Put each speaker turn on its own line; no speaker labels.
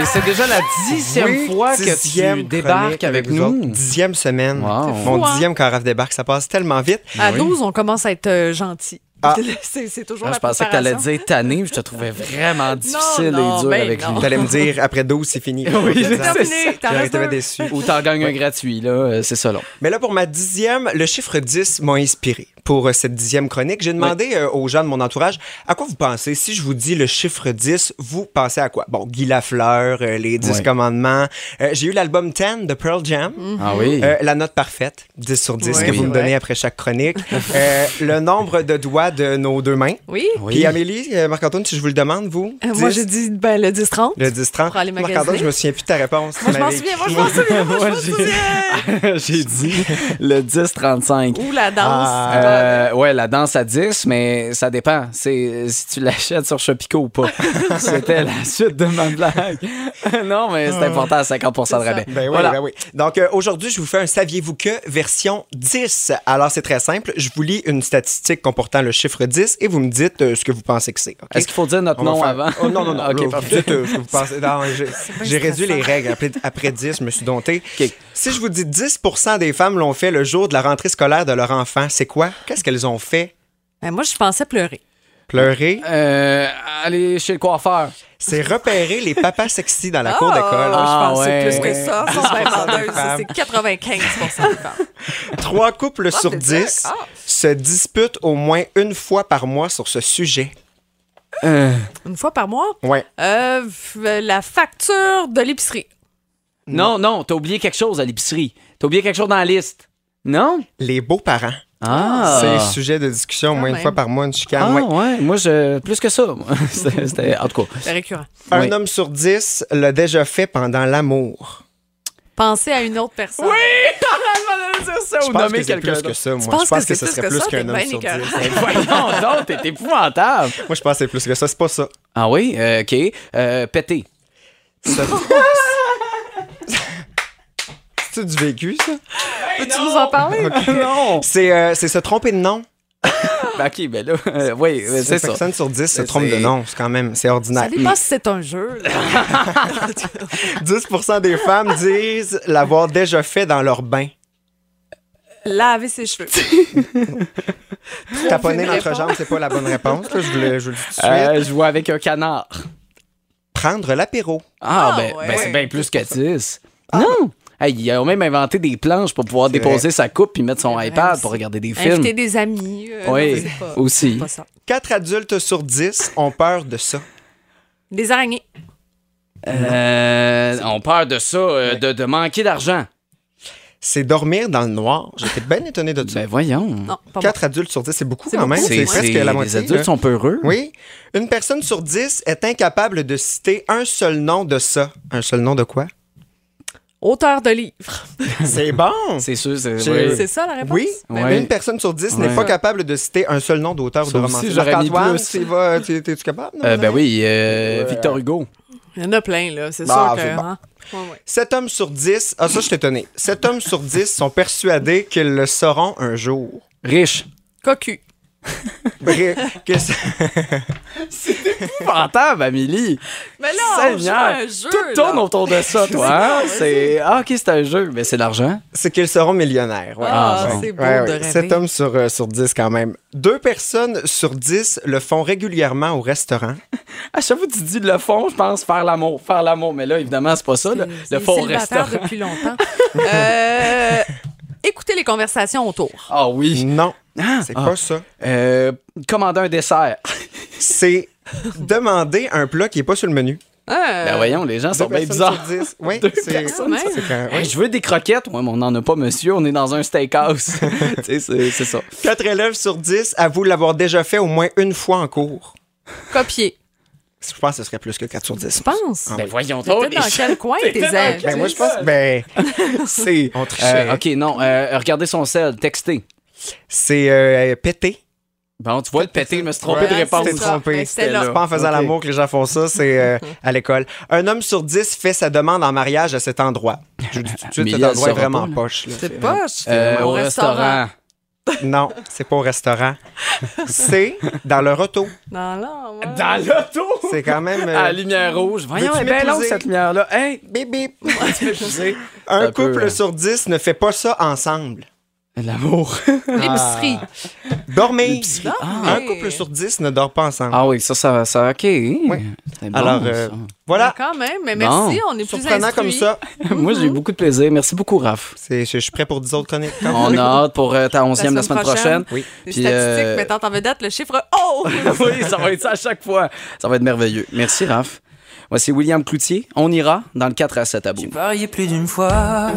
Et c'est déjà la dixième
Oui,
fois que tu
dixième
débarques
chronique
avec
vous
nous.
autres. Dixième semaine.
Wow.
Mon
fou, hein?
dixième quand Raph débarque, ça passe tellement vite.
À 12, on commence à être euh, gentil.
Ah.
c'est c'est toujours
Ben Ah,
la
je pensais que t'allais
préparation.
dire tanné, je te trouvais vraiment difficile
non,
et dur
ben
avec
non.
lui.
T'allais me dire, après 12, c'est fini.
Ah. Oui,
J'aurais
c'est
terminé, t'en
j'aurais
restes
été
deux.
déçu.
Ou t'en gagnes un gratuit, là, euh, c'est ça long.
Mais là, pour ma dixième, le chiffre 10 m'a inspiré pour euh, cette dixième chronique. J'ai demandé euh, aux gens de mon entourage à quoi vous pensez. Si je vous dis le chiffre 10, vous pensez à quoi? Bon, Guy Lafleur, euh, les 10
Ouais.
commandements. Euh, J'ai eu l'album 10 de Pearl Jam.
Ah oui.
Euh, la note parfaite, 10 sur 10
Mm. Oui,
que vous
c'est
me
vrai.
donnez après chaque chronique. Euh, le nombre de doigts de nos deux mains.
Oui.
Oui.
Puis Amélie, euh, Marc-Antoine, si je vous le demande, vous,
Euh, moi,
10,
j'ai dit ben, le 10-30.
le 10-30.
Pour aller
Marc-Antoine,
magasiner.
je me souviens plus de ta réponse.
Moi, je m'en
Marie.
souviens. Moi, je m'en souviens. Moi, je
Moi,
m'en
j'ai-
souviens.
Euh, J'ai dit le 10-35.
Ou la danse.
Euh, ouais, la danse à 10, mais ça dépend. C'est si tu l'achètes sur Chopico ou pas. C'était la suite de ma blague. non, mais c'est important à 50 de rabais.
Ben oui,
Voilà.
ben oui. Donc euh, aujourd'hui, je vous fais un saviez-vous que version 10. Alors c'est très simple, je vous lis une statistique comportant le chiffre 10 et vous me dites euh, ce que vous pensez que c'est. ok?
Est-ce qu'il faut dire notre
On va
nom
faire-
avant?
Oh, non, non, non.
Ok,
là, vous
parfait.
dites, euh, ce que vous pensez. Non, j'ai- j'ai réduit
stressant.
les règles. Après, après 10, je me suis dompté.
Ok.
Si je vous dis 10 des femmes l'ont fait le jour de la rentrée scolaire de leur enfant, c'est quoi? Qu'est-ce qu'elles ont fait?
Ben, moi, je pensais pleurer.
Pleurer?
Euh, aller chez le coiffeur.
C'est repérer les papas sexy dans la cour d'école.
Ah,
Oh, je pensais
ouais.
plus que ça. Ils sont bien vendeuses.
femmes.
C'est 95 des femmes.
Trois couples sur
c'est
dix
ça. Ah.
se disputent au moins une fois par mois sur ce sujet.
Euh.
Une fois par mois.
Ouais.
Euh, f- euh, la facture de l'épicerie.
Non, non, t'as oublié quelque chose à l'épicerie. T'as oublié quelque chose dans la liste. Non?
Les beaux-parents. C'est
Ah!
un sujet de discussion au moins une
même.
fois par mois, une chicane.
Ah,
ouais.
ouais. Moi, je. Plus que ça. moi. C'était. c'était- En tout cas.
C'est récurrent.
Un
Oui.
homme sur dix l'a déjà fait pendant l'amour.
Penser à une autre personne.
Je pense que c'est plus que ça, moi.
penses
Je pense
que
que
c'est
ce
plus
serait
que
plus
ça?
qu'un
T'es
homme
bien
sur
écœurant.
dix.
Voyons donc, t'es épouvantable.
Moi, je pense que c'est plus que ça. C'est pas ça.
Ah oui? Euh, OK. Euh, pété.
Ça- C'est du vécu, ça?
Peux-tu nous en parler?
non!
C'est euh, c'est se tromper de nom.
Ben, OK, ben là, euh, oui, euh, c'est
Une
ça.
personne sur dix se
C'est-
trompe de nom. C'est quand même, c'est
Ça
ordinaire.
dépend si c'est un jeu. là.
10 des femmes disent l'avoir déjà fait dans leur bain.
Laver ses cheveux. Ah,
Taponner
Aucune
l'entrejambe, c'est pas la bonne réponse. là. Je, vous le, je vous le dis tout de suite.
Euh, jouer avec un canard.
Prendre l'apéro.
Ah,
Ah,
ben,
ouais.
ben, c'est bien plus que 10. Non! Hey, ils ont même inventé des planches pour pouvoir
C'est
déposer sa coupe puis mettre son
C'est vrai
iPad
aussi.
pour regarder des films.
Inviter des amis. euh,
Oui,
non, c'est pas-
aussi.
c'est pas ça.
4 adultes sur 10 ont peur de ça.
Des araignées.
Euh, on peur de ça, euh, de, de manquer d'argent.
C'est dormir dans le noir. J'étais bien étonné de ça.
Ben voyons.
Non, pas moi.
4 adultes sur 10, c'est beaucoup
C'est
quand même.
beaucoup,
C'est
C'est,
presque
c'est-
la moitié.
les adultes
là.
sont peureux.
Oui. Une personne sur 10 est incapable de citer un seul nom de ça. Un seul nom de quoi?
Auteur de livres.
C'est bon!
C'est sûr, c'est
J'ai-
oui.
C'est ça la réponse? Ben
Oui,
Ouais.
mais une personne sur 10 n'est
Ouais.
pas capable de citer un seul nom d'auteur ou de
Ça aussi,
romancier.
j'aurais mis
Marc-Antoine,
plus.
tu y vas- tu- t'es-tu capable? non,
Euh,
vous
ben
avez-
oui, euh, Victor Hugo.
Il y en a plein, là. C'est
Bah,
sûr que.
c'est bon.
hein. Ouais, ouais.
7 hommes sur 10, ah ça je suis étonné, 7 hommes sur 10 sont persuadés qu'ils le sauront un jour.
Riche.
Cocu.
Bref, que ça-
Épouvantable, Amélie.
Mais là, on joue à un jeu,
Tout tourne
là.
autour de ça, toi. hein? C'est... Ah, OK, c'est un jeu. Mais c'est de l'argent.
C'est qu'ils seront millionnaires. ouais.
Ah,
Ouais.
c'est beau
Ouais,
de
ouais.
rêver.
7 hommes sur, euh, sur 10 quand même. Deux personnes sur 10 le font régulièrement au restaurant.
À chaque fois que Ah, tu dis le fond, je pense faire l'amour, faire l'amour. Mais là, évidemment, c'est pas ça. là.
C'est-
Le
c'est
fond
célibataire
restaurant.
depuis longtemps. Euh, écoutez les conversations autour.
Ah oui.
Non, c'est
Ah.
pas ça.
Euh, commander un dessert.
C'est demander un plat qui est pas sur le menu.
Euh,
Ben voyons, les gens sont bien bizarres.
Oui,
Deux
c'est
personnes
sur-
c'est quand-
Hey,
oui.
je veux des croquettes. Ouais, mais on n'en a pas, monsieur. On est dans un steakhouse. Tu sais, c'est c'est ça.
Quatre élèves sur 10 avouent l'avoir déjà fait au moins une fois en cours.
Copier.
Je pense que ce serait plus que 4 sur 10.
Tu penses?
Ah,
Ben voyons
T'étais
donc. les
dans
gens-
quel coin, tes
dans
ailes?
Ben, moi, je pense. Ben,
C'est.
on trichait.
Euh, ok, non. euh, regardez son sel, textez.
C'est euh, pété.
Bon, tu vois le pété, je me suis trompé
Ouais,
de réponse.
t'es
c'est ça.
trompé.
Ben, c'était là.
C'est pas en faisant
Ok.
l'amour que les gens font ça, c'est euh, à l'école. Un homme sur 10 fait sa demande en mariage à cet endroit. Je vous dis tout de suite,
Mais
cet
il le
endroit est
saura pas,
vraiment
là.
poche. là.
C'est poche.
Euh,
Au
au restaurant.
Non, c'est pas au restaurant. c'est dans leur auto.
Non, là, ouais.
Dans l'auto.
C'est quand même. euh,
À la lumière rouge. Voyons,
Veux-tu
elle est bien
m'épouser?
longue cette lumière-là. Hey,
bip, bip.
tu m'as épousé.
Un
un peu,
couple
euh,
sur 10 ne fait pas ça ensemble.
L'amour.
L'épicerie.
Dormir.
Ah,
Un
oui.
couple sur 10 ne dort pas ensemble.
Ah oui, ça, ça, ça ok. C'est bon,
Alors, euh,
Ah, ça.
voilà.
Quand même, mais
Bon.
merci, on est plus
Surprenant
instruits.
comme ça.
Moi,
Mhm.
j'ai eu beaucoup de plaisir. Merci beaucoup, Raph.
C'est- Je je suis prêt pour 10 autres chroniques.
On a hâte pour euh, ta onzième la
La
semaine
semaine
prochaine.
Oui.
Les
Puis,
statistiques
euh,
mettant en vedette le chiffre haut.
oui, ça va être ça à chaque fois. Ça va être merveilleux. Merci, Raph. Moi, c'est William Cloutier. On ira dans le 4 à 7 à bout.
Parié plus d'une fois